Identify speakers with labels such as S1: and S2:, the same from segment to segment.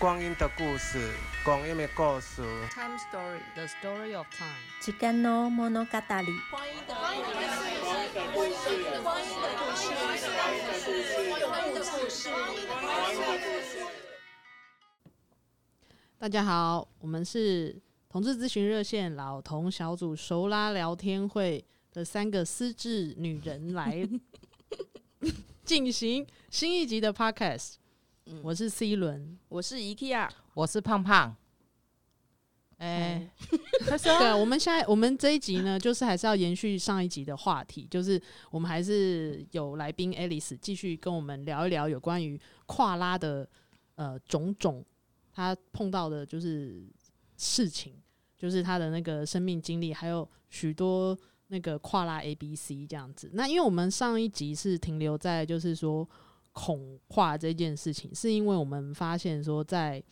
S1: 光阴的故事，光阴的故事。
S2: Time Story, the story of time.
S3: 时间の物語。
S2: 大家好，我们是同志咨询热线老同小组熟拉聊天会的三个失智女人 来进行新一集的 Podcast。我嗯是 C 轮，
S4: 我是 IKEA，
S5: 我是胖胖，
S2: 哎、对，我们现在我们这一集呢，就是还是要延续上一集的话题，就是我们还是有来宾 Alice 继续跟我们聊一聊有关于跨拉的呃种种，她碰到的就是事情，就是她的那个生命经历，还有许多那个跨拉 A B C 这样子。那因为我们上一集是停留在就是说恐跨这件事情，是因为我们发现说在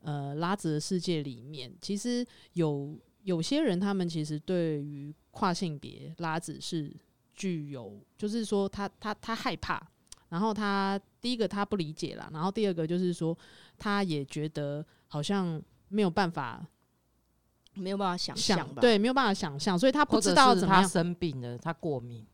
S2: 呃拉子的世界里面，其实有有些人他们其实对于跨性别拉子是具有，就是说他他他害怕，然后他第一个他不理解啦，然后第二个就是说他也觉得好像没有办法
S4: 没有办法想
S2: 想，
S4: 象吧？，
S2: 对，没有办法想象，所以他不
S5: 或者
S2: 知道
S5: 是
S2: 怎么
S5: 他
S2: 样，
S5: 生病了，他过敏，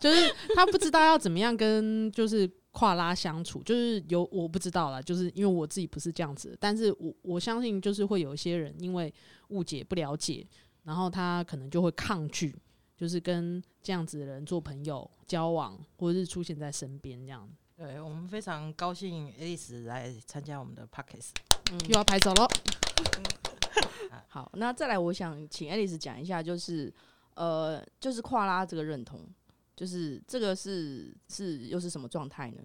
S2: 就是他不知道要怎么样跟就是跨拉相处，就是有我不知道啦，就是因为我自己不是这样子，但是我我相信就是会有一些人因为误解不了解，然后他可能就会抗拒，就是跟这样子的人做朋友、交往，或者是出现在身边这样。
S5: 对我们非常高兴 Alice 来参加我们的 Pockets。
S2: 又要拍手喽，
S4: 嗯好，那再来，我想请 Alice 讲一下，就是呃，就是跨拉这个认同，就是这个是是又是什么状态呢？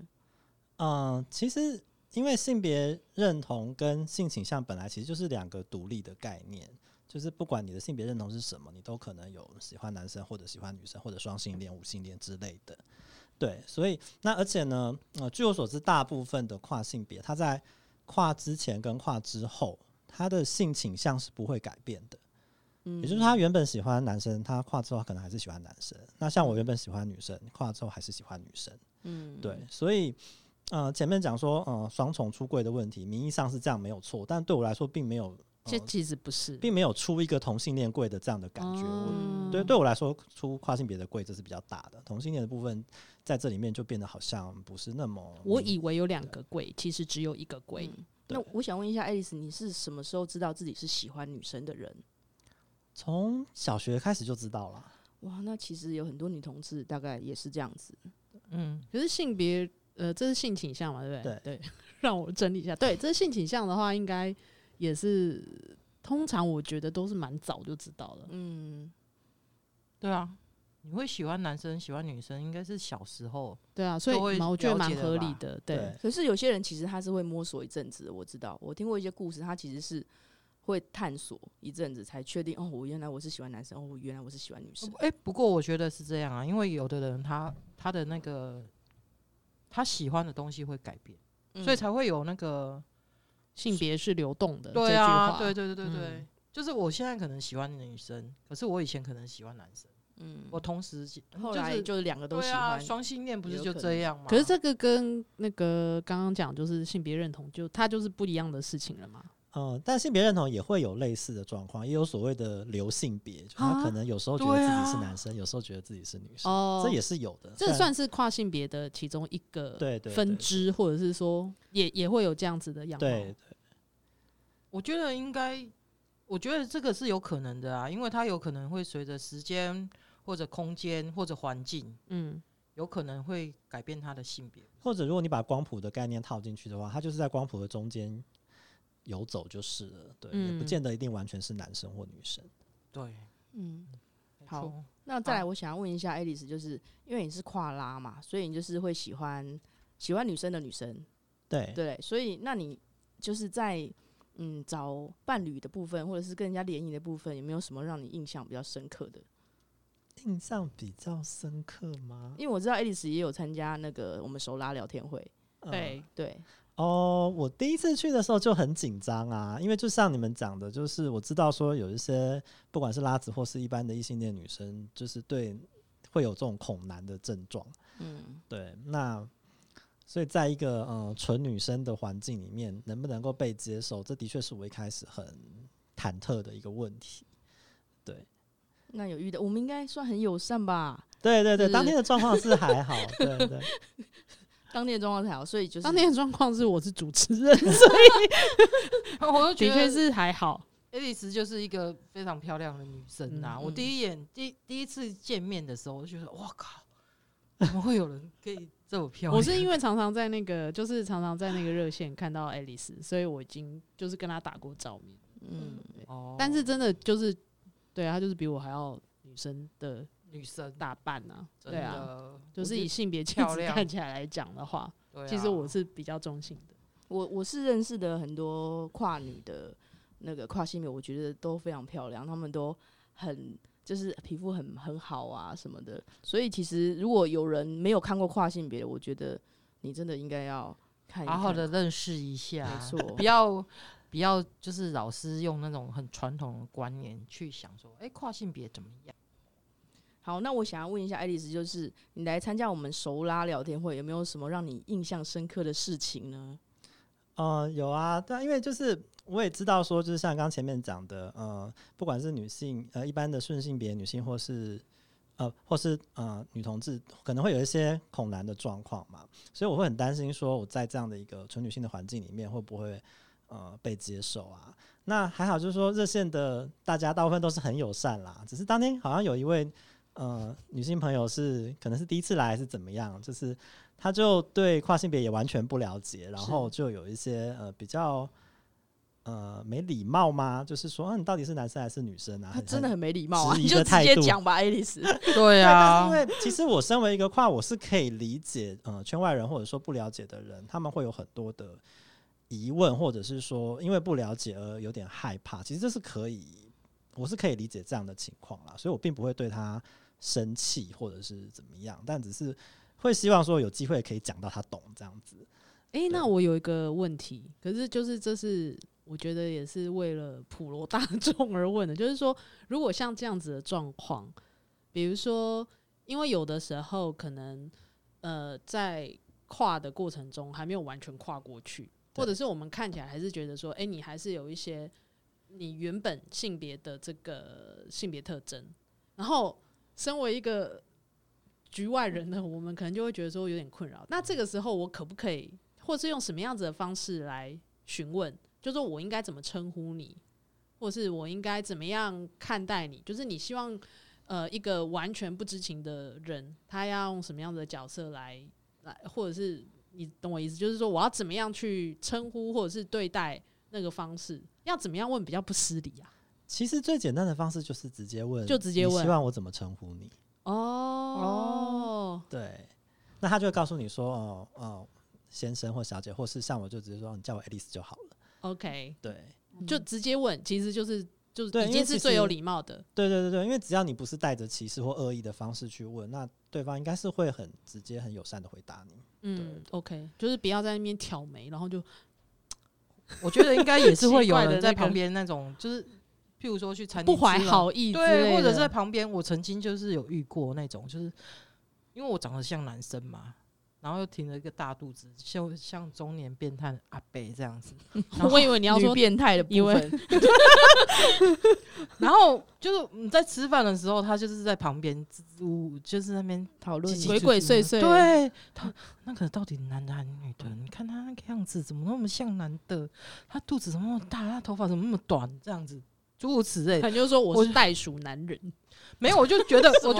S6: 嗯，其实因为性别认同跟性倾向本来其实就是两个独立的概念，就是不管你的性别认同是什么，你都可能有喜欢男生或者喜欢女生或者双性恋、无性恋之类的。对，所以那而且呢，呃，据我所知，大部分的跨性别，他在跨之前跟跨之后，他的性倾向是不会改变的。
S4: 嗯
S6: 也就是他原本喜欢男生，他跨之后可能还是喜欢男生。那像我原本喜欢女生，跨之后还是喜欢女生。
S4: 嗯，
S6: 对，所以呃，前面讲说呃双重出柜的问题，名义上是这样没有错，但对我来说并没有，
S2: 这
S6: 呃、
S2: 其实不是
S6: 并没有出一个同性恋柜的这样的感觉。我
S2: 哦
S6: 对，对我来说，出跨性别的柜这是比较大的，同性恋的部分在这里面就变得好像不是那么明。
S2: 我以为有两个柜，其实只有一个柜。
S4: 嗯那我想问一下，Alice，你是什么时候知道自己是喜欢女生的人？
S6: 从小学开始就知道了，
S4: 哇，那其实有很多女同志大概也是这样子。
S5: 嗯，
S2: 可是性别，呃，这是性倾向嘛，对不对？
S6: 对
S2: 对，让我整理一下。对，这是性倾向的话，应该也是通常我觉得都是蛮早就知道了。
S4: 嗯，
S5: 对啊，你会喜欢男生，喜欢女生，应该是小时候。
S2: 对啊，所
S5: 就会
S2: 以嘛，我觉得
S5: 了
S2: 蛮
S5: 解了
S2: 合
S5: 吧
S2: 理的。对，
S6: 对
S4: 可是有些人其实他是会摸索一阵子的，我知道，我听过一些故事，他其实是会探索一阵子才确定，哦，我原来我是喜欢男生，哦，我原来我是喜欢女生。
S5: 哎、不过我觉得是这样啊，因为有的人他他的那个他喜欢的东西会改变，
S4: 嗯
S5: 所以才会有那个
S2: 性别是流动的。这
S5: 对啊，对
S2: 句话
S5: 对对对对，
S2: 嗯
S5: 就是我现在可能喜欢女生，可是我以前可能喜欢男生，
S4: 嗯，
S5: 我同时喜
S4: 后
S5: 就
S4: 来
S5: 是
S4: 就是两个都
S5: 对
S4: 喜
S5: 啊，
S4: 欢，
S5: 双性恋不是
S4: 有
S5: 就
S4: 可
S5: 这
S4: 能
S5: 样吗？
S2: 可是这个跟那个刚刚讲就是性别认同，就它就是不一样的事情了嘛。
S6: 嗯，但性别认同也会有类似的状况，也有所谓的流性别，就
S2: 啊
S6: 他可能有时候觉得
S5: 对
S6: 自己是
S5: 啊
S6: 男生，有时候觉得自己是女生，
S2: 哦
S6: 这也是有的。
S2: 这
S6: 虽然
S2: 算是跨性别的其中一个
S6: 对对对
S2: 分支，或者是说也也会有这样子的样貌。
S6: 对
S5: 我觉得应该，我觉得这个是有可能的啊，因为它有可能会随着时间或者空间或者环境，
S2: 嗯，
S5: 有可能会改变他的性别。
S6: 或者如果你把光谱的概念套进去的话，它就是在光谱的中间游走就是了，对，也
S2: 嗯
S6: 不见得一定完全是男生或女生。
S5: 对，
S4: 嗯。
S5: 没
S4: 好
S5: 错，
S4: 那再来，我想要问一下 Alice，就是因为你是跨拉嘛，所以你就是会喜欢喜欢女生的女生，
S6: 对，
S4: 对，所以那你就是在嗯找伴侣的部分，或者是跟人家联谊的部分，有没有什么让你印象比较深刻的？
S6: 印象比较深刻吗？
S4: 因为我知道 Alice 也有参加那个我们手拉聊天会，
S6: 嗯
S2: 对，
S4: 对，
S6: 哦，我第一次去的时候就很紧张啊，因为就像你们讲的，就是我知道说有一些不管是拉子或是一般的异性恋女生，就是对会有这种恐男的症状。
S4: 嗯，
S6: 对，那所以在一个嗯纯女生的环境里面，能不能够被接受，这的确是我一开始很忐忑的一个问题。
S4: 那有遇到，我们应该算很友善吧？
S6: 对对对，
S4: 是
S6: 当天的状况是还好，对对，
S4: 当天的状况才好，所以就是
S2: 当天的状况是我是主持人，所
S5: 我就
S2: 以
S5: 觉
S2: 的确
S5: 得
S2: 是还好。
S5: 爱丽丝就是一个非常漂亮的女生啊！
S2: 嗯
S5: 我第一眼第第一次见面的时候，我就觉得哇靠，怎么会有人可以这么漂亮？
S2: 我是因为常常在那个，就是常常在那个热线看到爱丽丝，所以我已经就是跟她打过照面。
S4: 嗯，
S5: 哦
S2: 但是真的就是，对啊，她就是比我还要女生的
S5: 女生
S2: 打扮啊，
S5: 真
S2: 对
S5: 的、
S2: 啊，
S5: 我
S2: 就是以性别气
S5: 漂
S2: 质
S5: 亮
S2: 看起来来讲的话，
S5: 对啊
S2: 其实我是比较中性的。
S4: 我我是认识的很多跨女的那个跨性别，我觉得都非常漂亮，她们都很就是皮肤很很好啊什么的。所以其实如果有人没有看过跨性别，我觉得你真的应该要看一
S5: 好
S4: 看，
S5: 好的认识一
S4: 没
S5: 下，
S4: 错
S5: 不。要不要就是老师用那种很传统的观念去想说，哎、跨性别怎么样？
S4: 好，那我想要问一下爱丽丝，就是你来参加我们熟拉聊天会，有没有什么让你印象深刻的事情呢？
S6: 啊嗯，有啊，但因为就是我也知道说，就是像刚前面讲的，呃，不管是女性，呃，一般的顺性别女性，或是呃，或是呃女同志，可能会有一些恐男的状况嘛，所以我会很担心说，我在这样的一个纯女性的环境里面，会不会呃被接受啊？那还好，就是说热线的大家大部分都是很友善啦，只是当天好像有一位。呃，女性朋友是可能是第一次来还是怎么样，就是他就对跨性别也完全不了解，然后就有一些呃比较呃没礼貌吗？就是说，嗯、你到底是男生还是女生啊？
S4: 她真的很没礼貌啊，
S6: 质疑
S4: 你就
S6: 的
S4: 直
S6: 态
S4: 接
S6: 度
S4: 讲吧，爱丽丝。
S5: 对
S6: 但是
S5: 啊
S6: 因，为其实我身为一个跨，我是可以理解，呃，圈外人或者说不了解的人，他们会有很多的疑问，或者是说因为不了解而有点害怕。其实这是可以，我是可以理解这样的情况啦，所以我并不会对他生气或者是怎么样，但只是会希望说有机会可以讲到他懂这样子。
S2: 诶，那我有一个问题，可是就是这是我觉得也是为了普罗大众而问的，就是说，如果像这样子的状况，比如说，因为有的时候可能呃在跨的过程中还没有完全跨过去，或者
S6: 对
S2: 是我们看起来还是觉得说，诶，你还是有一些你原本性别的这个性别特征，然后身为一个局外人呢，我们可能就会觉得说有点困扰。那这个时候，我可不可以，或是用什么样子的方式来询问？就说我应该怎么称呼你，或是我应该怎么样看待你？就是你希望，呃，一个完全不知情的人，他要用什么样子的角色来来，或者是你懂我意思？就是说，我要怎么样去称呼，或者是对待那个方式，要怎么样问比较不失礼啊？
S6: 其实最简单的方式就是直接问，
S2: 就直接
S6: 你
S2: 问
S6: 希望我怎么称呼你？
S2: 哦，
S6: 对，那他就会告诉你说，哦哦，先生或小姐，或是像我就直接说，哦你叫我 Alice 就好了。
S2: ，OK。
S6: 对。
S5: 嗯
S2: 就直接问，其实就是就是
S6: 对
S2: 已
S6: 因为
S2: 经
S6: 其
S2: 是最有
S6: 实
S2: 礼貌的。
S6: 对对对对，因为只要你不是带着歧视或恶意的方式去问，那对方应该是会很直接、很友善的回答你。
S2: 嗯，OK，就是不要在那边挑眉，然后就
S5: 我觉得应该也是会
S2: 奇
S5: 有
S2: 怪的
S5: 人在
S2: 那个
S5: 旁边那种，就是譬如说去餐厅
S2: 不怀
S5: 吃了
S2: 好意之类
S5: 对，或者是在
S2: 的
S5: 旁边，我曾经就是有遇过那种，就是因为我长得像男生嘛，然后又挺着一个大肚子，像像中年变态的阿伯这样子，
S2: 我以为你要
S4: 女
S2: 说
S4: 变态的
S2: 以
S4: 部
S2: 为
S4: 分，
S5: 然后就是你在吃饭的时候，他就是在旁边支支吾吾，就是那边
S4: 讨论
S5: 叽
S4: 你
S5: 叽
S2: 鬼鬼祟祟。，
S5: 对他那个到底男的还是女的？你看他那个样子怎么那么像男的？他肚子怎么那么大？他头发怎么那么短？这样子诸如此 类
S2: 可，能就是说我
S5: 我
S2: 是袋鼠男人，
S5: 没有，我就觉得
S2: 哎 什么
S5: 我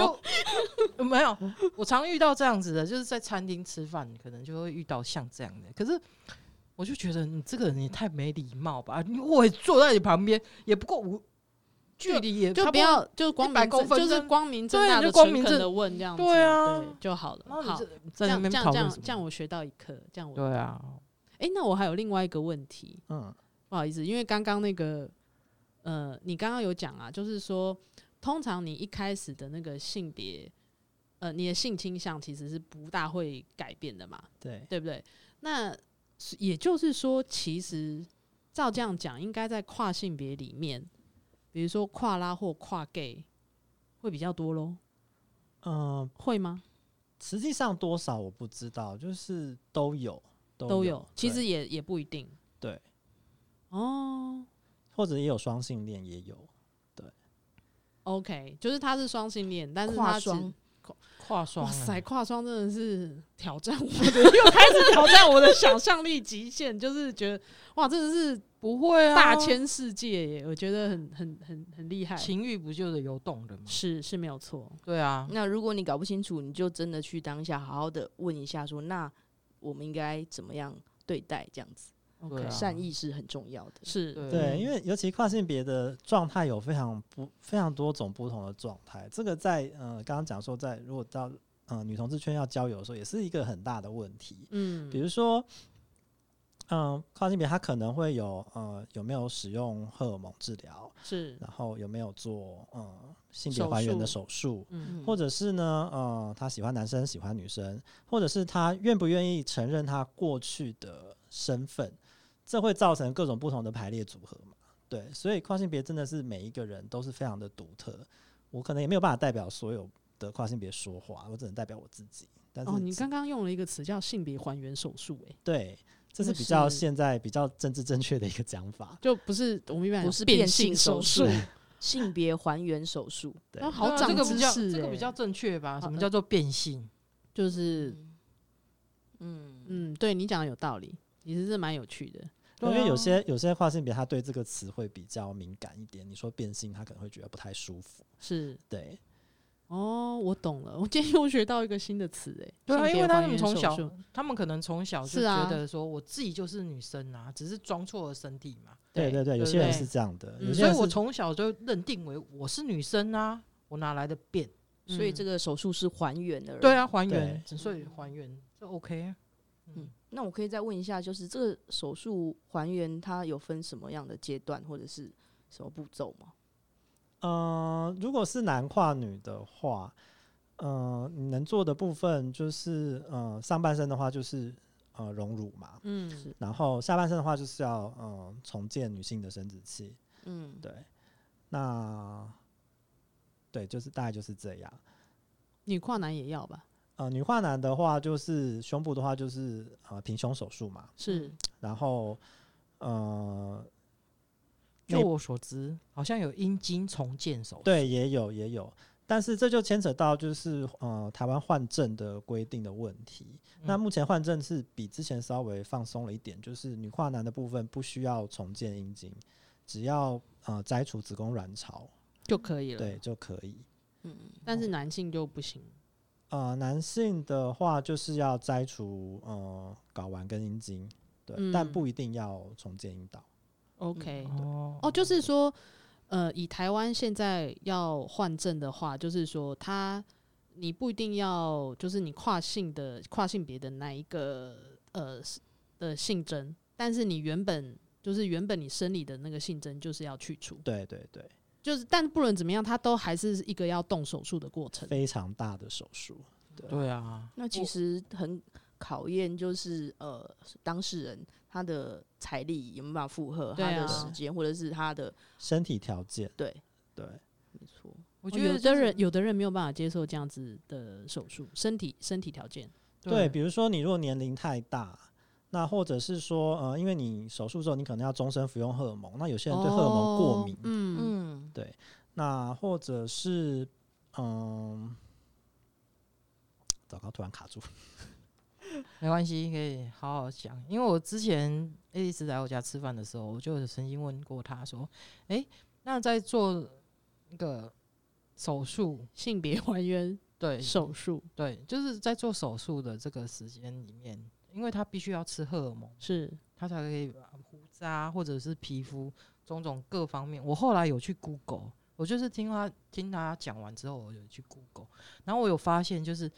S5: 就没有，我常遇到这样子的，就是在餐厅吃饭，可能就会遇到像这样的。可是我就觉得你这个人也太没礼貌吧！你我也坐在你旁边，也不过五距离也
S2: 就
S5: 差
S2: 不
S5: 多
S2: 要就光明
S5: 100
S2: 正
S5: 公分
S2: 就是
S5: 真
S2: 光明正
S5: 对
S2: 大
S5: 你就
S2: 的
S5: 光
S2: 诚
S5: 明
S2: 恳
S5: 正
S2: 的问这样子，
S5: 对啊
S2: 对就好了。
S5: 然后你
S2: 好，
S5: 这
S2: 这
S5: 在那
S2: 样这
S5: 边
S2: 样这
S5: 讨论
S2: 样
S5: 什么
S2: 这样，我学到一课，这样我
S5: 对啊，
S2: 哎、那我还有另外一个问题，
S6: 嗯，
S2: 不好意思，因为刚刚那个，呃，你刚刚有讲啊，就是说，通常你一开始的那个性别，呃，你的性倾向其实是不大会改变的嘛，
S6: 对。
S2: 对不对？那是也就是说，其实照这样讲，应该在跨性别里面，比如说跨拉或跨 gay 会比较多喽，
S6: 嗯、
S2: 会吗？
S6: 实际上多少我不知道，就是都有都
S2: 都有，其
S6: 对
S2: 实也也不一定
S6: 对，
S2: 哦。
S6: 或者也有双性恋也有，
S2: OK，就是他是双性恋，但是
S4: 跨
S2: 他只
S4: 双，
S5: 跨双
S2: 哇
S5: 啊，
S2: 塞，跨双真的是挑战我的，又开始挑战我的想象力极限，就是觉得哇，真的是
S5: 不会啊，
S2: 大千世界耶，我觉得很很很很厉害，
S5: 情欲不就是游动的吗？
S2: 是是没有错，
S5: 对啊，
S4: 那如果你搞不清楚，你就真的去当下好好的问一下说那我们应该怎么样对待这样子？
S2: 嗯
S5: 对啊
S4: 善意是很重要的。
S2: 是
S5: 对
S6: 对，
S2: 嗯
S6: 因为尤其跨性别的状态有非常不非常多种不同的状态，这个在呃刚刚讲说在如果到呃女同志圈要交友的时候，也是一个很大的问题。
S2: 嗯，
S6: 比如说，嗯、跨性别他可能会有呃有没有使用荷尔蒙治疗，
S2: 是
S6: 然后有没有做呃性别
S2: 手
S6: 还原的
S2: 术
S6: 手术，
S2: 嗯
S6: 或者是呢，呃，他喜欢男生，喜欢女生，或者是他愿不愿意承认他过去的身份，这会造成各种不同的排列组合嘛？对，所以跨性别真的是每一个人都是非常的独特，我可能也没有办法代表所有的跨性别说话，我只能代表我自己。但是
S2: 哦，你
S6: 只
S2: 刚刚用了一个词叫性别还原手术，哎，
S6: 对，这是
S2: 那
S6: 比较
S2: 是
S6: 现在比较政治正确的一个讲法。
S2: 就不是我们一般
S4: 不
S2: 人
S4: 是
S2: 变
S4: 变
S2: 性
S4: 性手
S2: 术
S4: 术， 性别还原手术，
S6: 对
S2: 然后
S5: 对
S2: 好
S5: 啊
S2: 长
S5: 这个比
S2: 知
S5: 较
S2: 识欸
S5: 这个
S2: 耶
S5: 比较正确吧？什么
S2: 呃
S5: 叫做变性？
S2: 就是
S4: 嗯嗯，
S2: 嗯，对你讲的有道理，其实是蛮有趣的，
S6: 因
S5: 对
S6: 为有
S5: 啊
S6: 些有些跨性别他对这个词会比较敏感一点，你说变性他可能会觉得不太舒服。
S2: 是
S6: 对，
S2: 哦，我懂了，我今天又学到一个新的词，哎，
S5: 对啊，
S2: 性
S5: 因
S2: 别
S5: 为他
S2: 还
S5: 们
S2: 原
S5: 从
S2: 手
S5: 小
S2: 术，
S5: 他们可能从小就是
S2: 啊
S5: 觉得说我自己就是女生啊，只是装错了身体嘛。
S6: 对对对，有
S5: 对
S6: 些人
S2: 对
S6: 是这样的，
S2: 嗯
S6: 有些
S5: 所以
S6: 人
S5: 我
S6: 是
S5: 从小就认定为我是女生啊，我哪来的变？
S4: 所以这
S2: 个
S4: 个手术是还原的。
S5: 对，啊，还原，所以
S4: 嗯
S5: 还原就 OK 啊。
S4: 嗯，那我可以再问一下，就是这个手术还原它有分什么样的阶段或者是什么步骤吗？
S6: 呃，如果是男跨女的话，呃，你能做的部分就是呃，上半身的话就是呃隆乳嘛，
S2: 嗯
S6: 然后下半身的话就是要呃重建女性的生殖器，
S4: 嗯，
S6: 对，那对，就是大概就是这样。
S2: 女跨男也要吧？
S6: 呃，女跨男的话就是胸部的话就是呃平胸手术嘛，
S2: 是
S6: 然后呃
S5: 就
S6: 内
S5: 我所知，好像有阴茎重建手术。
S6: 对，也有也有，但是这就牵扯到就是呃台湾换证的规定的问题。那
S5: 嗯
S6: 目前换证是比之前稍微放松了一点，就是女跨男的部分不需要重建阴茎，只要呃摘除子宫卵巢，
S2: 就可以了，
S6: 对，就可以。
S4: 嗯，
S2: 但是男性就不行。
S6: 呃，男性的话就是要摘除呃睾丸跟阴茎，对，但
S2: 嗯
S6: 不一定要重建阴道。
S2: OK，、
S5: 哦
S2: 哦，就是说，呃，以台湾现在要换证的话，就是说他你不一定要，就是你跨性的跨性别的那一个呃是的性征，但是你原本就是原本你生理的那个性征就是要去除，
S6: 对对对，
S2: 就是但不论怎么样，它都还是一个要动手术的过程。
S6: 非常大的手术。
S5: 对啊，
S4: 那其实很考验就是呃当事人他的财力有没有办法负荷，
S2: 对
S4: 他
S2: 啊
S4: 的时间或者是他的
S6: 身体条件，
S4: 对，
S6: 对，
S4: 没错，
S5: 我
S2: 我
S5: 觉得
S2: 哦有
S5: 就
S2: 的
S5: 是
S2: 人有的人没有办法接受这样子的手术，身体身体条件
S6: 对，比如说你如果年龄太大，那或者是说，呃，因为你手术之后你可能要终身服用荷尔蒙，那有些人对荷尔蒙过敏，
S2: 哦嗯，
S4: 嗯，
S6: 那或者是，嗯，糟糕，突然卡住，
S5: 没关系，可以好好讲。因为我之前爱丽丝来我家吃饭的时候，我就曾经问过她说：“诶，那在做那个手术，
S2: 性别还原
S5: 对
S2: 手术
S5: 对，就是在做手术的这个时间里面，因为她必须要吃荷尔蒙，
S2: 是
S5: 她才可以把胡渣或者是皮肤种种各方面。”我后来有去 Google，我就是听她听她讲完之后，我有去 Google，然后我有发现就是。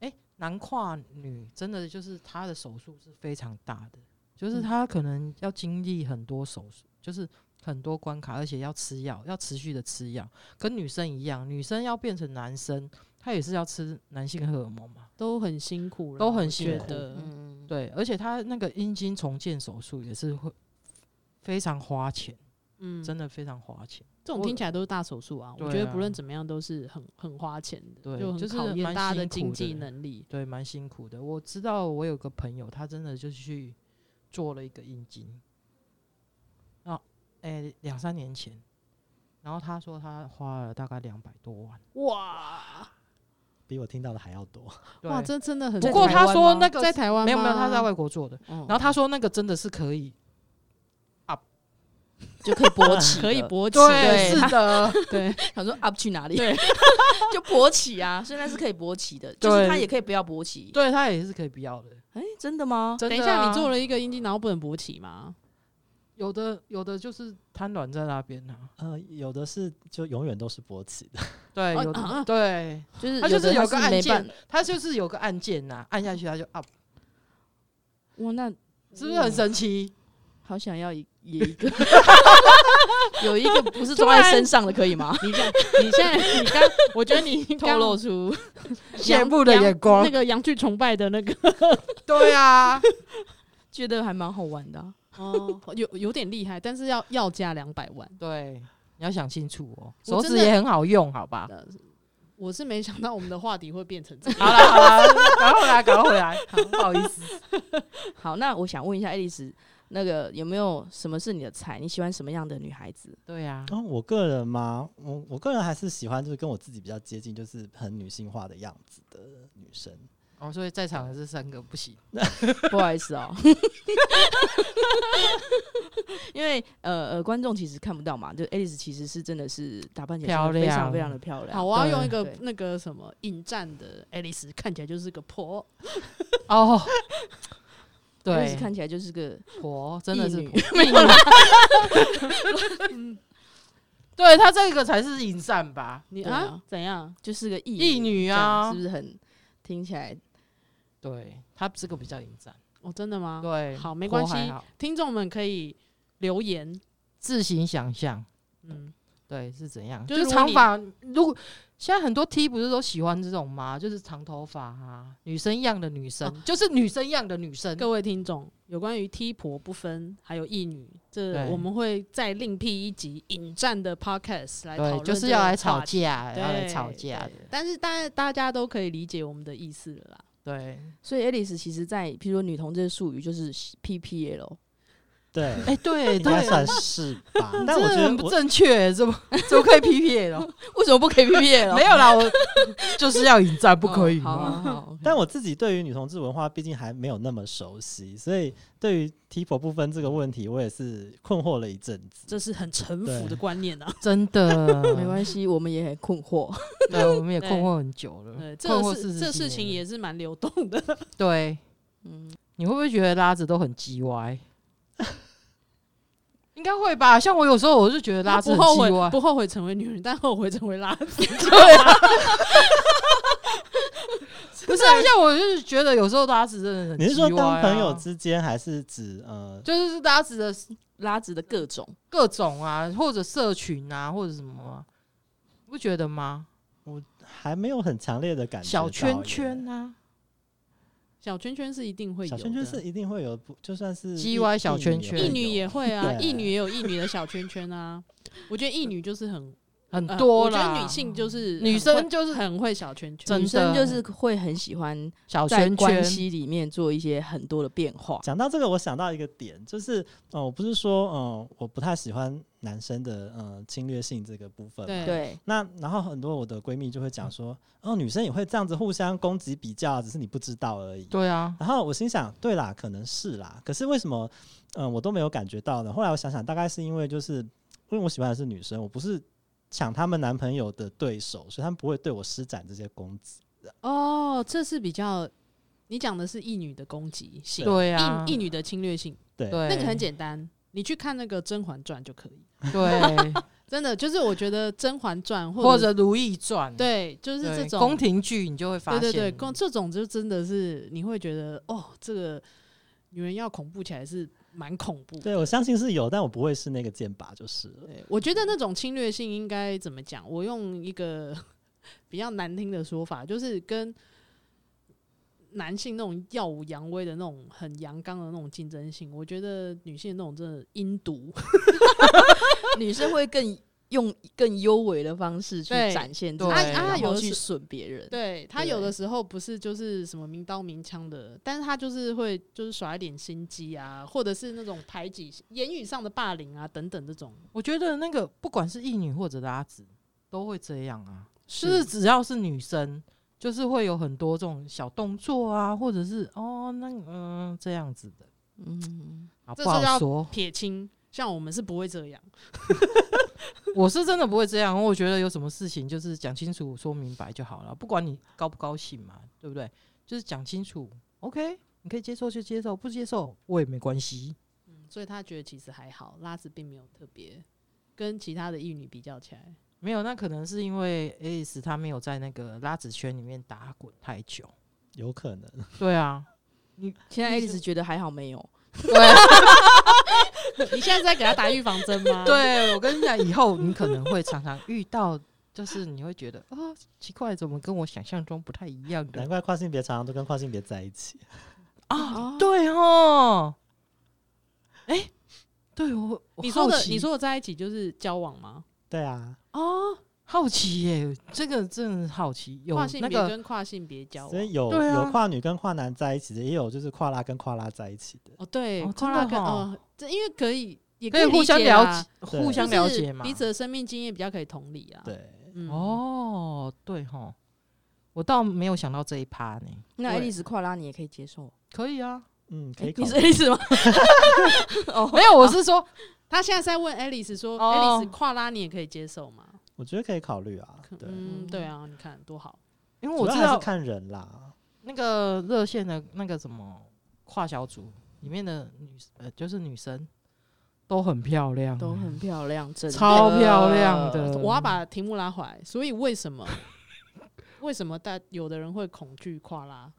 S5: 诶，男跨女真的就是她的手术是非常大的，就是
S2: 嗯
S5: 她可能要经历很多手术，就是很多关卡，而且要吃药，要持续的吃药，跟女生一样，女生要变成男生，她也是要吃男性荷尔蒙嘛。
S2: 都很辛苦啦，
S5: 都很
S2: 我
S5: 辛
S2: 觉
S5: 苦
S2: 得
S4: 嗯，
S5: 对，而且她那个阴茎重建手术也是会非常花钱，
S2: 嗯，
S5: 真的非常花钱。
S2: 这种听起来都是大手术啊。
S5: 对啊
S2: 我觉得不论怎么样都是很很花钱的，
S5: 对
S2: 就很
S5: 就是
S2: 考验
S5: 蛮
S2: 大家的
S5: 辛
S2: 经
S5: 苦
S2: 济
S5: 的
S2: 能力。
S5: 对，蛮辛苦的。我知道我有个朋友，他真的就是去做了一个阴茎，啊，诶、两三年前，然后他说他花了大概两百多万。
S2: 哇
S6: 比我听到的还要多。
S2: 哇，
S5: 对
S2: 这真的很
S5: 不
S2: 贵。
S5: 过
S4: 在
S5: 他
S4: 台湾
S5: 说
S4: 吗
S5: 那个
S2: 在台湾
S5: 没有没有，
S2: 吗
S5: 他是在外国做的。
S4: 然
S5: 然后他说那个真的是可以，
S4: 就可以勃 起，
S2: 可以。勃起，
S4: 对
S5: 是
S4: 他
S5: 的，
S2: 对，
S4: 想说 up 去哪里？
S2: 对，
S4: 就勃起啊，现在是可以勃起的，就是
S5: 对
S4: 他也可以不要勃起。
S5: 对他也是可以不要的。
S4: 哎，真的吗？
S5: 真的
S2: 等一下，
S5: 啊
S2: 你做了一个阴茎，然后不能勃起吗？
S5: 有的有的就是瘫软在那边啊，
S6: 呃，有的是就永远都是勃起的，
S5: 对，
S2: 哦
S5: 有的、
S2: 啊
S5: 对，
S4: 就是
S5: 他就是
S4: 有
S5: 有
S4: 的
S5: 个
S4: 是
S5: 按
S4: 没
S5: 键
S4: 办，
S5: 他就是有个按键呐、按下去他就 up，
S4: 哇，那
S5: 是不是很神奇？
S4: 好想要一也一个， 有一个不是装在身上的可以吗？
S2: 你这样，你现在你刚，我觉得你
S4: 透露出
S5: 羡慕的眼光
S2: 那个洋剧崇拜的那个
S5: 对啊，
S4: 觉得还蛮好玩的啊、
S2: 哦，有有点厉害，但是要要价两百万。
S5: 对，你要想清楚哦，
S2: 我
S5: 手
S2: 真
S5: 指
S2: 的
S5: 也很好用，好吧？
S2: 我是没想到我们的话题会变成这样。
S5: 好了好了，赶快回来，赶快回来，好不好意思，
S4: 好，那我想问一下爱丽丝，那个有没有什么是你的菜？你喜欢什么样的女孩子？
S5: 对啊呀、
S6: 然后哦我个人嘛，我我个人还是喜欢就是跟我自己比较接近，就是很女性化的样子的女生。
S5: 啊，哦，所以在场的这三个不行，
S4: 不好意思哦， 因为呃呃，观众其实看不到嘛，就爱丽丝其实是真的是打扮起来
S5: 漂
S4: 非
S5: 亮
S4: 常非常的漂
S5: 啊
S4: 亮。
S2: 好，我要用一个
S4: 对
S2: 那个什么引战的爱丽丝，看起来就是个婆。
S5: 哦，
S4: 爱丽
S5: 对，
S4: 丝看起来就是个
S5: 婆真的
S4: 异
S5: 是
S4: 女
S5: 婆， 对他这个才是引战吧？
S2: 你
S4: 对
S2: 啊
S4: 啊
S2: 怎样？
S4: 就是个异
S5: 异女啊
S4: 这样是不是很听起来？
S5: 对他这个比较引战，
S2: 哦，真的吗？，
S5: 对，啊
S2: 好，没
S5: 没
S2: 关系，听众们可以留言。
S5: 自行想象，
S2: 嗯，
S5: 对是怎样？
S2: 就
S5: 就是
S2: 如
S5: 是
S2: 果
S5: 长
S2: 你
S5: 发，如果现在很多 T 不是都喜欢这种吗？就是长头发啊，女生一样的女生，就是女生一样的女生。
S2: 各位听众，有关于 T 婆不分，还有异女，这
S5: 对
S2: 我们会再另辟一集引战的 podcast 来讨
S5: 对，
S2: 论，
S5: 就是要来吵，架，要来
S2: 对
S5: 吵架的。
S2: 但是大家大家都可以理解我们的意思了啦。
S5: 对，
S4: 所以爱丽丝其实在，譬如说女同志的术语就是 PPL，
S6: 对，
S5: 哎， 对
S6: 应该
S5: 对，
S6: 算是吧。 但我
S5: 这
S6: 觉得
S5: 很不
S6: 我
S5: 正确， 怎么怎么可以 P P 了？
S4: 为什么不可以 PPL？
S5: 没有啦，我 啊就是要引战，不可以
S4: 哦好
S5: 吗？
S4: 哦好好，
S6: 但我自己对于女同志文化毕竟还没有那么熟悉，所以对于 T 婆不分这个问题，我也是困惑了一阵子。
S2: 这是很臣服的
S6: 对
S2: 观念啊。
S5: 真的，
S4: 没关系，我们也很困惑。
S5: 对，我们也
S2: 对
S5: 困惑很久了，
S2: 对，
S5: 嗯困
S2: 这
S5: 惑
S2: 是
S5: 40
S2: 这事
S5: 几年
S2: 情
S5: 了
S2: 也是蛮流动的。
S5: 对。
S4: 嗯，
S5: 你会不会觉得拉子都很叽 歪？应该会吧，像我有时候我就觉得拉
S2: 他
S5: 子
S2: 不
S5: 很
S2: 后
S5: 叽
S2: 悔，
S5: 歪，
S2: 不后悔成为女人，但后悔成为垃圾。
S5: 不是啊，像我就是觉得有时候拉子真的很、啊
S6: 你是说当朋友？之间，还是指呃
S5: 就是拉子的
S4: 拉直的各种，
S5: 各种啊，或者社群啊，或者什么、啊，不觉得吗？
S6: 还没有很强烈的感觉？
S5: 小圈圈。啊，
S2: 小圈圈是一定会有
S6: 小
S2: 的，
S6: 圈圈是一定会有，不就算是
S5: GY
S6: 异
S5: 小圈圈
S2: 异女也会啊，
S6: 对
S2: 异女也有异女的小圈圈啊。 我觉得异女就是很
S5: 很
S2: 呃
S5: 嗯多
S2: 我觉
S5: 啦。嗯
S2: 得女性就是
S5: 女
S2: 很
S5: 生
S2: 会
S5: 就是
S2: 很会小圈圈，
S5: 真的
S4: 女生就是会很喜欢
S5: 小
S4: 在
S5: 圈
S4: 关
S5: 圈，
S4: 系里面做一些很多的变化。
S6: 讲到这个，我想到一个点，就是呃，我不是说呃，我不太喜欢男生的呃侵略性这个部分嘛。
S2: 对
S4: 对，
S6: 那然后很多我的闺蜜就会讲说，
S5: 嗯
S6: 哦，女生也会这样子互相攻击比较，只是你不知道而已。
S5: 对啊，
S6: 然后我心想，对啦，可能是啦，可是为什么，嗯、我都没有感觉到呢？后来我想想，大概是因为就是因为我喜欢的是女生，我不是抢她们男朋友的对手，所以他们不会对我施展这些攻击。
S2: 哦，这是比较你讲的是异女的攻击性，
S5: 对啊，
S2: 异异女的侵略性，
S6: 对，
S5: 对
S2: 那个很简单，你去看那个《甄嬛传》就可以。
S5: 对，
S2: 真的就是我觉得《甄嬛传》
S5: 或
S2: 者
S5: 者《如懿传》
S2: 对，就是
S5: 对
S2: 这种
S5: 宫廷剧，你就会发
S2: 对
S5: 现，
S2: 对对，光这种就真的是你会觉得哦，这个女人要恐怖起来是蛮恐怖的。
S6: 对我相信是有，但我不会是那个箭靶，就是了。
S2: 对我觉得那种侵略性应该怎么讲？ 我用一个比较难听的说法，就是跟男性那种耀武扬威的那种很阳刚的那种竞争性，我觉得女性那种真的阴毒。
S4: 女生会更用更优美的方式去
S2: 对
S4: 展现自己，
S5: 对啊啊
S4: 然
S2: 有
S4: 后
S2: 的
S4: 去
S2: 是
S4: 损别人。
S2: 对她
S4: 对
S2: 有的时候不是就是什么明刀明枪的，但是她就是会就是耍一点心机啊，或者是那种排挤、言语上的霸凌啊等等这种。
S5: 我觉得那个不管是异女或者拉子，都会这样啊。
S2: 是
S5: 就是只要是女生，就是会有很多这种小动作啊，或者是哦，那个嗯这样子的
S4: 嗯，
S5: 啊，
S2: 这
S5: 不
S2: 就
S5: 好
S2: 要
S5: 说。
S2: 撇清，像我们是不会这样。
S5: 我是真的不会这样，我觉得有什么事情就是讲清楚、说明白就好了，不管你高不高兴嘛，对不对？就是讲清楚，OK，你可以接受就接受，不接受我也没关系。
S2: 所以他觉得其实还好，拉子并没有特别跟其他的异女比较起来，
S5: 没有，那可能是因为 Alice 她没有在那个拉子圈里面打滚太久。
S6: 有可能。
S5: 对啊，
S4: 现在爱丽
S5: 是
S4: 丝觉得还好没有，
S2: 你现在是在给他打预防针吗？，
S5: 对我啊跟你讲，以后你可能会常常遇到，就是你会觉得啊、奇怪，怎么跟我想象中不太一样
S6: 难
S5: 的
S6: 怪跨性别常常都跟跨性别在一起。
S5: 啊？对哦，哎、对我，我
S2: 你说
S5: 好
S2: 的
S5: 奇
S2: 你说的在一起就是交往吗？
S6: 对啊，
S5: 哦，好奇耶，这个真的好奇，有
S2: 跨性
S5: 那
S2: 别
S5: 个
S2: 跟跨性别交
S6: 所
S2: 往
S6: 以。有、
S5: 对啊
S6: 有跨女跟跨男在一起的，也有就是跨拉跟跨拉在一起的。
S2: 哦，对，
S5: 哦
S2: 跨
S5: 真的
S2: 拉跟
S5: 哦
S2: 哦，这因为可以也
S5: 可以
S2: 以
S5: 互
S2: 理
S5: 相
S2: 解
S5: 了
S2: 啦
S5: 解，互
S6: 对
S5: 相
S2: 就
S5: 了
S2: 是
S5: 解嘛。
S2: 彼此的生命经验比较可以同理啊。，
S6: 对，
S2: 嗯，
S5: 哦，对吼，我倒没有想到这一趴呢。
S4: 那爱
S5: 对
S4: 丽丝跨拉你也可以接受。
S5: 可以啊，
S6: 嗯，可以
S4: 诶
S6: 考
S4: 你
S6: 虑
S4: 是。爱丽丝吗？哦，
S5: 没有，我是说，
S2: 他现在是在问 Alice 说
S5: 哦
S2: ，Alice 跨拉你也可以接受吗？
S6: 我觉得可以考虑啊。对，
S2: 嗯，对啊，你看多好。
S5: 因为
S6: 主
S5: 我
S6: 要
S5: 知
S6: 还
S5: 道
S6: 是看人啦。
S5: 那个热线的那个什么跨小组里面的女呃，就是女生都很漂亮，
S4: 都很漂亮，真的
S5: 超漂亮的。
S2: 我要把题目拉回来，所以为什么 为什么大有的人会恐惧跨拉？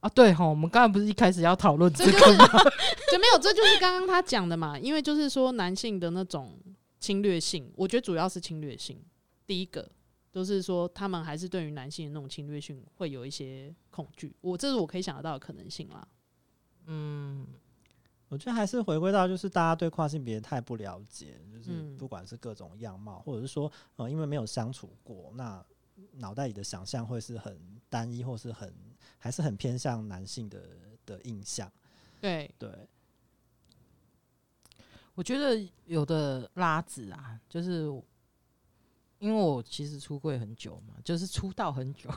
S5: 啊，对吼，我们刚才不是一开始要讨论这
S2: 这就
S5: 个
S2: 是
S5: 吗？
S2: 就没有，这就是刚刚他讲的嘛，因为就是说男性的那种侵略性，我觉得主要是侵略性。第一个就是说，他们还是对于男性的那种侵略性会有一些恐惧，我这是我可以想得到的可能性啦。
S5: 嗯，
S6: 我觉得还是回归到就是大家对跨性别太不了解，就是
S2: 嗯
S6: 不管是各种样貌，或者是说呃，因为没有相处过，那脑袋里的想象会是很单一，或是很还是很偏向男性的的印象。
S2: 对，
S6: 对，
S5: 我觉得有的拉子啊，就是因为我其实出柜很久嘛，就是出道很久，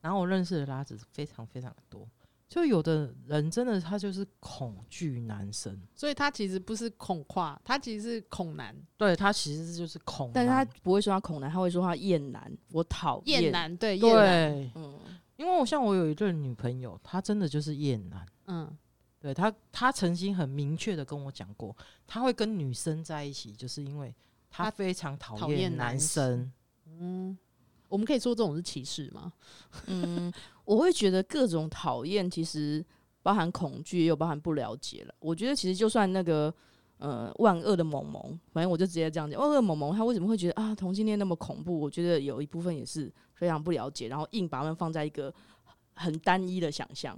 S5: 然后我认识的拉子非常非常的多。就有的人真的他就是恐惧男生，
S2: 所以他其实不是恐跨，他其实是恐男、
S5: 对他其实就是恐男，
S4: 但是他不会说他恐男，他会说他厌男，我讨
S2: 厌。男，对厌男，
S5: 对，
S4: 嗯，
S5: 因为我像我有一对女朋友，她真的就是厌男。
S2: 嗯，
S5: 对她，她曾经很明确的跟我讲过，她会跟女生在一起，就是因为她
S2: 她
S5: 非常讨
S2: 讨
S5: 厌
S2: 厌
S5: 男
S2: 男
S5: 生。
S2: 我们可以说这种是歧视吗？
S4: 嗯，我会觉得各种讨厌其实包含恐惧，也有包含不了解了。我觉得其实就算那个呃万恶的萌萌，反正我就直接这样讲，万恶萌萌他为什么会觉得啊同性恋那么恐怖？我觉得有一部分也是非常不了解，然后硬把他们放在一个很单一的想象。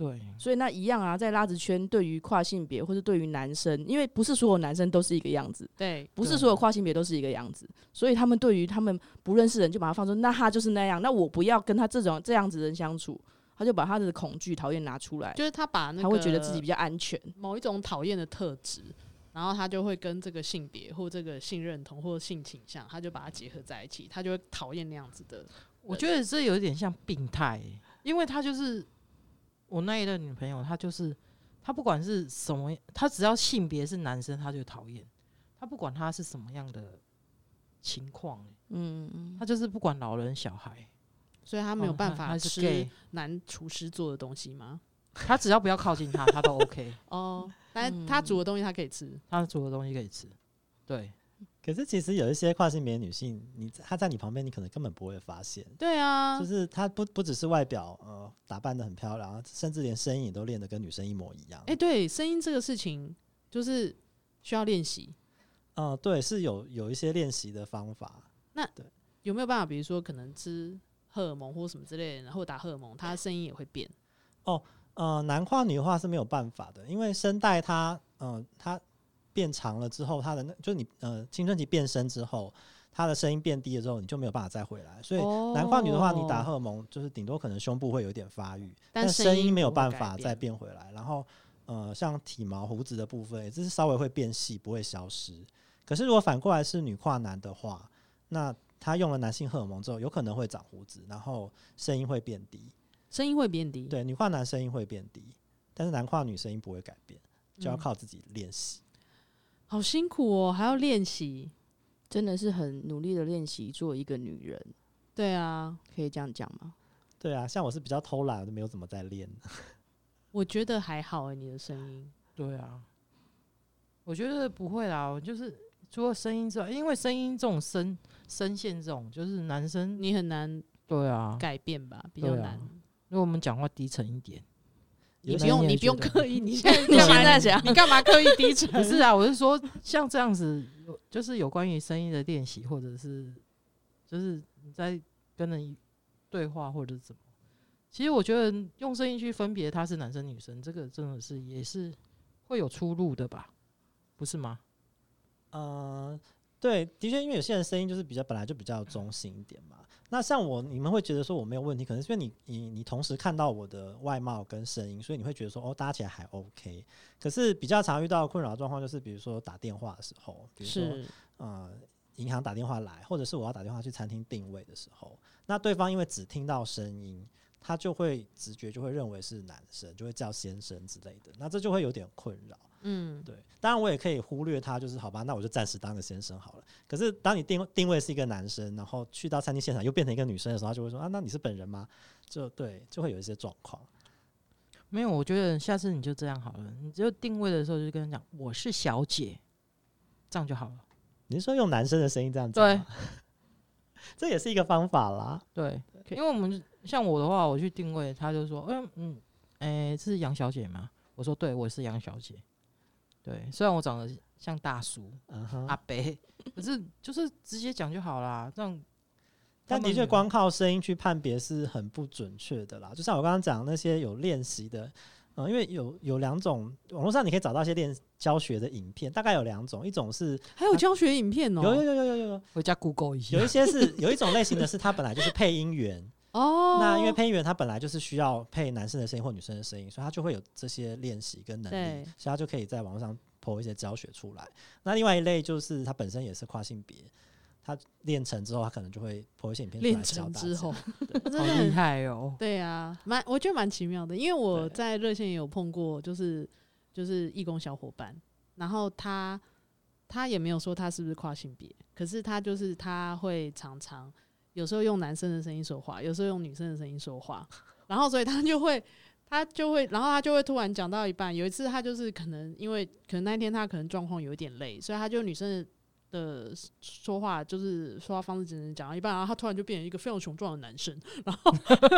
S5: 对，
S4: 所以那一样啊，在拉子圈，对于跨性别或是对于男生，因为不是所有男生都是一个样子，
S2: 对，
S4: 不是
S5: 对
S4: 所有跨性别都是一个样子，所以他们对于他们不认识的人就把他放出，那他就是那样，那我不要跟他这种这样子的人相处，他就把他的恐惧、讨厌拿出来，
S2: 就是他把那个
S4: 他会觉得自己比较安全。
S2: 某一种讨厌的特质，然后他就会跟这个性别或这个性认同或性倾向，他就把它结合在一起，他就会讨厌那样子的。
S5: 我觉得这有一点像病态欸、因为她就是我那一任女朋友，她就是她不管是什么，她只要性别是男生，她就讨厌，她不管她是什么样的情况、欸，
S4: 嗯，
S5: 她就是不管老人小孩，
S2: 所以他没有
S5: 哦
S2: 办
S5: 她
S2: 法
S5: 她是 gay
S2: 吃男厨师做的东西吗？
S5: 她只要不要靠近 她，她都 OK，
S2: 哦，但是他煮的东西他可以吃，
S5: 她煮的东西可以吃。对，
S6: 可是其实有一些跨性别女性，你她在你旁边，你可能根本不会发现。
S2: 对啊
S6: 就，是她不不只是外表，呃，打扮的很漂亮，甚至连声音也都练得跟女生一模一样。
S2: 哎、对，声音这个事情就是需要练习。
S6: 嗯、对，是有有一些练习的方法。
S2: 有没有办法，比如说可能吃荷尔蒙或什么之类的，然后打荷尔蒙，他的声音也会变。
S6: 呃，男化女化是没有办法的，因为声带它，呃，它变长了之后，它的那就是你呃青春期变声之后，它的声音变低了之后，你就没有办法再回来。所以
S2: 哦
S6: 男化女的话，你打荷尔蒙就是顶多可能胸部会有点发育，
S2: 但
S6: 但
S2: 声
S6: 声音没有
S2: 不会
S6: 办
S2: 改
S6: 法再
S2: 变
S6: 变回来。然后呃，像体毛、胡子的部分，也就是稍微会变细，不会消失。可是如果反过来是女跨男的话，那他用了男性荷尔蒙之后，有可能会长胡子，然后声音会变低。
S2: 声音会变低。，
S6: 对，女跨男声音会变低，但是男跨女声音不会改变，就要靠自己练习。
S2: 嗯好辛苦哦，还要练习。
S4: 真的是很努力的练习做一个女人，
S2: 对啊，
S4: 可以这样讲吗？
S6: 对啊，像我是比较偷懒，我就没有怎么在练。
S2: 我觉得还好哎、你的声音。
S5: 对啊，我觉得不会啦，我就是除了声音之外，因为声音这种声声线这种，就是男生
S2: 你很难
S5: 对啊，
S2: 改变吧，比较
S5: 对啊
S2: 难。
S5: 如果我们讲话低沉一点，
S2: 你
S6: 啊有
S2: 不
S6: 些人
S2: 用，
S6: 也
S2: 你不用
S6: 觉得
S2: 刻意。你 现在
S4: 你
S2: 干嘛
S4: 现在想
S2: 你干嘛刻意低沉？
S5: 不是啊，我是说像这样子，有就是有关于声音的练习，或者是就是你在跟人对话或者怎么。其实我觉得用声音去分别他是男生女生，这个真的是也是会有出入的吧，不是吗？
S6: 嗯，对，的确，因为有些人声音就是比较本来就比较中性一点嘛。那像我，你们会觉得说我没有问题，可能是因为你你你同时看到我的外貌跟声音，所以你会觉得说哦搭起来还 OK。可是比较常遇到的困扰状况就是，比如说打电话的时候，比如说
S2: 是
S6: 呃银行打电话来，或者是我要打电话去餐厅定位的时候，那对方因为只听到声音，他就会直觉就会认为是男生，就会叫先生之类的，那这就会有点困扰。
S2: 嗯，
S6: 对，当然我也可以忽略他，就是好吧，那我就暂时当个先生好了。可是当你定定位是一个男生，然后去到餐厅现场又变成一个女生的时候，他就会说啊，那你是本人吗？就对，就会有一些状况。
S5: 没有，我觉得下次你就这样好了，你就定位的时候就跟他讲我是小姐，这样就好了。
S6: 你是说用男生的声音这样子，
S5: 对，
S6: 这也是一个方法啦。
S5: 对，因为我们像我的话，我去定位，他就说，嗯嗯，哎、是杨小姐吗？我说对，我是杨小姐。对，虽然我长得像大叔、
S6: 嗯哼，
S5: 阿伯， 可是就是直接讲就好啦。这样，
S6: 但
S5: 他
S6: 的
S5: 们也
S6: 确，光靠声音去判别是很不准确的啦。就像我刚刚讲那些有练习的，呃，因为有有两种，网络上你可以找到一些练教学的影片，大概有两种，一种是
S2: 还有教学影片哦、
S6: 有有有有有有有
S5: 回家 Google 一下
S6: 有。一些是有一种类型的是它本来就是配音员，
S2: 哦，
S6: 那因为配音员他本来就是需要配男生的声音或女生的声音，所以他就会有这些练习跟能力
S2: 对，
S6: 所以他就可以在网络上抛一些教学出来。那另外一类就是他本身也是跨性别。他练成之后，他可能就会抛一些影片出来
S2: 练
S6: 教
S2: 成
S6: 大
S2: 之
S6: 家。
S2: 后，真
S5: 好
S2: 的
S5: 厉
S2: 很
S5: 害哦！
S2: 对啊，蛮我觉得蛮奇妙的，因为我
S6: 对
S2: 在热线也有碰过，就是就是义工小伙伴，然后他他也没有说他是不是跨性别，可是他就是他会常常有时候用男生的声音说话，有时候用女生的声音说话，然后所以他就会。他就会，然后他就会突然讲到一半。有一次，他就是可能因为可能那天他可能状况有一点累，所以他就女生的说话就是说话方式只能讲到一半，然后他突然就变成一个非常雄壮的男生。然后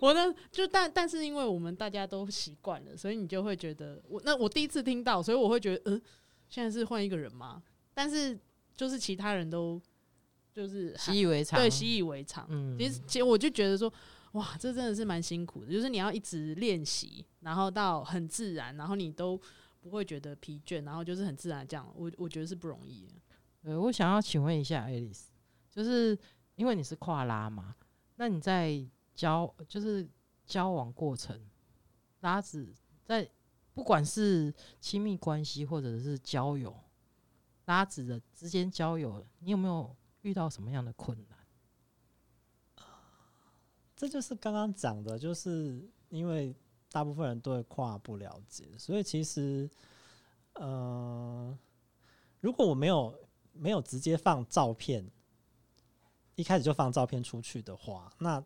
S2: 我呢，就但但是因为我们大家都习惯了，所以你就会觉得我那我第一次听到，所以我会觉得嗯、呃现在是换一个人吗？但是就是其他人都就是还
S5: 习以为常，
S2: 啊对习以为常。
S5: 嗯，
S2: 其实其实我就觉得说，哇，这真的是蛮辛苦的，就是你要一直练习，然后到很自然，然后你都不会觉得疲倦，然后就是很自然地这样，我我觉得是不容易的。
S5: 呃，我想要请问一下 Alice，就是因为你是跨拉嘛，那你在交就是交往过程，拉子在不管是亲密关系或者是交友，拉子的之间交友，你有没有遇到什么样的困难？
S6: 这就是刚刚讲的，就是因为大部分人对跨不了解，所以其实，呃，如果我没有没有直接放照片，一开始就放照片出去的话，那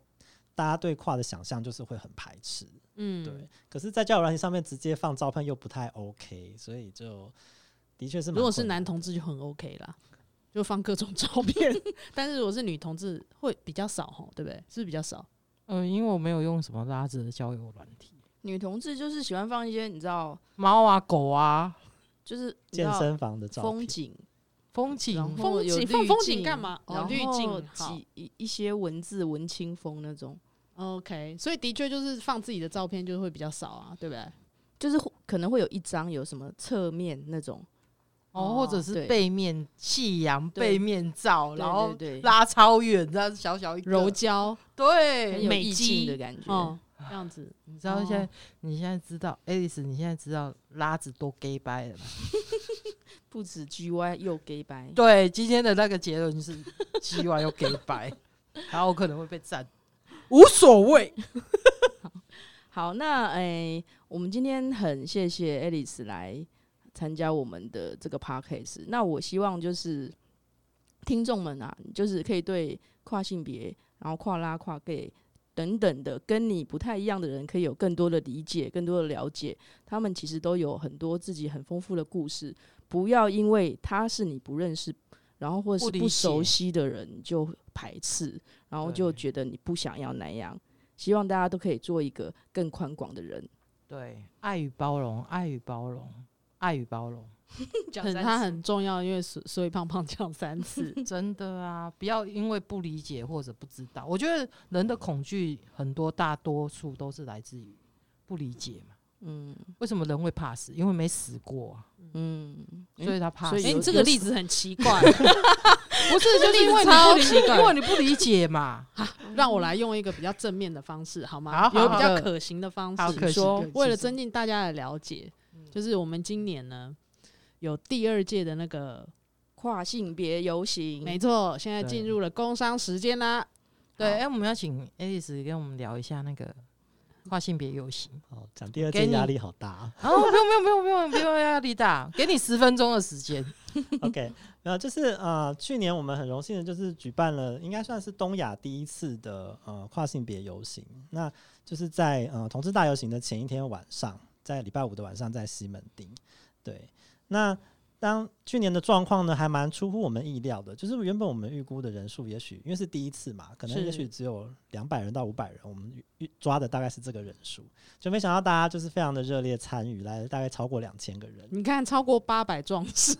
S6: 大家对跨的想象就是会很排斥，
S2: 嗯，
S6: 对。可是，在交友软件上面直接放照片又不太 OK，所以就的确是蛮
S2: 如果是
S6: 困
S2: 男
S6: 难的
S2: 同志就很 OK 啦，就放各种照片。 但是如果是女同志会比较少吼，对不对？是不是比较少？
S5: 嗯、因为我没有用什么拉子的交友软体，
S4: 女同志就是喜欢放一些你知道，
S5: 猫啊狗啊，
S4: 就是你知
S6: 健
S4: 道
S6: 身房的照
S4: 风
S6: 片，
S4: 景、
S5: 风景
S4: 然后
S2: 风
S4: 有
S2: 景
S4: 滤
S2: 放风景
S4: 镜
S2: 干嘛哦
S4: 然
S2: 滤
S4: 后
S2: 镜好
S4: 几一一些文字文青风那种，
S2: OK，所以的确就是放自己的照片就会比较少啊，对不对？
S4: 就是会可能会有一张有什么侧面那种，
S5: 哦，或者是
S4: 对
S5: 背面夕阳
S4: 对
S5: 背面照，
S4: 对
S5: 然后
S4: 对对，
S5: 拉超远，这样小小一个
S2: 柔焦，
S4: 很
S5: 对，
S4: 有
S2: 美
S4: 意境
S2: 肌
S4: 的感觉。
S2: 嗯，这样子
S5: 你知道
S2: 哦
S5: 现在、你现在知道，爱丽丝，你现在知道拉子多 gay 掰了吧？
S4: 不止 G Y 又 gay 白，
S5: 对，今天的那个结论 是鸡完又 gay 掰，然后我可能会被赞，无所谓。
S4: 好，那诶、我们今天很谢谢 Alice 来参加我们的这个 podcast。那我希望就是听众们啊，就是可以对跨性别，然后跨拉、跨 gay 等等的跟你不太一样的人，可以有更多的理解、更多的了解。他们其实都有很多自己很丰富的故事，不要因为他是你不认识。然后或者
S5: 不
S4: 是
S5: 理
S4: 不熟
S5: 解
S4: 悉的人你就排斥，然后就
S5: 对
S4: 觉得你不想要那样，希望大家都可以做一个更宽广的人。
S5: 对，爱与包容，爱与包容，爱与包 容，
S2: 哦很它很重要，因为所所以胖胖讲三 次，
S5: 真的啊！不要因为不理解或者不知道，我觉得人的恐惧很多，大多数都是来自于不理解嘛。
S4: 嗯
S5: 为什么人会怕死？因为没死过、啊，
S4: 嗯，
S5: 所以他怕
S4: 所
S5: 死。
S4: 以
S2: 哎、
S4: 有
S2: 你这个例子很奇 怪，
S5: 不是，就是因为你
S2: 超
S5: 不
S2: 奇
S5: 理，
S2: 怪
S5: 因为你不理解嘛。
S2: 让我来用一个比较正面的方式好吗？
S5: 好好
S2: 有比较
S4: 好
S2: 可行的方
S5: 好，
S2: 式，
S5: 可惜
S4: 说
S2: 为了增进大家的了解
S5: 嗯，
S2: 就是我们今年呢有第二届的那个，
S4: 跨性别游行，
S2: 没错，现在进
S5: 对
S2: 入了工商时间啦。
S5: 对，哎、我们要请 Alice 跟我们聊一下那个跨性别游行。
S6: 哦，讲第二
S5: 给
S6: 件
S5: 你
S6: 压力好大。啊
S5: 哦，不用不用不用不用不用压力大，给你十分钟的时间。
S6: OK，然后就是呃，去年我们很荣幸的就是举办了，应该算是东亚第一次的呃跨性别游行。那就是在呃同志大游行的前一天晚上，在礼拜五的晚上在西门町。对，那当去年的状况呢，还蛮出乎我们意料的，就是原本我们预估的人数，也许因为是第一次嘛，可能
S2: 是
S6: 也许只有两百人到五百人，我们预预抓的大概是这个人数，就没想到大家就是非常的热烈参与，来了大概超过两千个人。
S2: 你看，超过八百壮 士，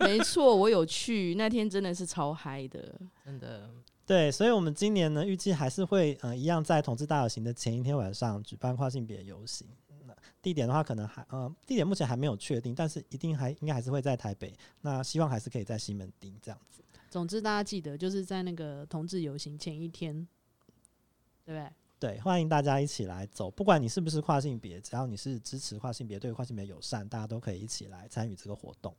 S4: 没错，我有去，那天真的是超嗨的。
S5: 真的，
S6: 对，所以，我们今年呢，预计还是会呃，一样在同志大游行的前一天晚上举办跨性别游行。那地点的话，可能还呃，地点目前还没有确定，但是一定还应该还是会在台北。那希望还是可以在西门町这样子。
S2: 总之，大家记得就是在那个同志游行前一天，对不对？
S6: 对，欢迎大家一起来走，不管你是不是跨性别，只要你是支持跨性别、对跨性别友善，大家都可以一起来参与这个活动。
S5: 哦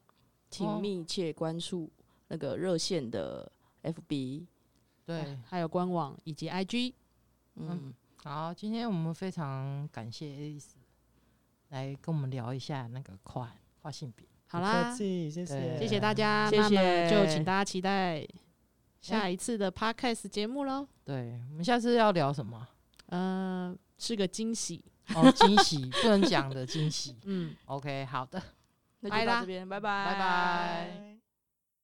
S4: 请密切关注那个热线的 FB。
S5: 对，
S2: 啊还有官网以及 IG，
S4: 嗯，
S5: 好，今天我们非常感谢 Alice 来跟我们聊一下那个跨跨性别。
S2: 好
S6: 不客
S2: 啦，
S6: 气，谢谢，
S2: 谢谢大家，
S4: 谢
S2: 那么
S4: 谢
S2: 就请大家期待下一次的 Podcast 节目喽。
S5: 对，我们下次要聊什么？
S2: 呃，是个惊喜，
S5: 哦，惊喜不能讲的惊喜。
S2: 嗯。
S5: OK，好的，
S4: 那
S2: 拜
S4: 就
S2: 啦
S4: 到这边，拜拜，
S5: 拜拜。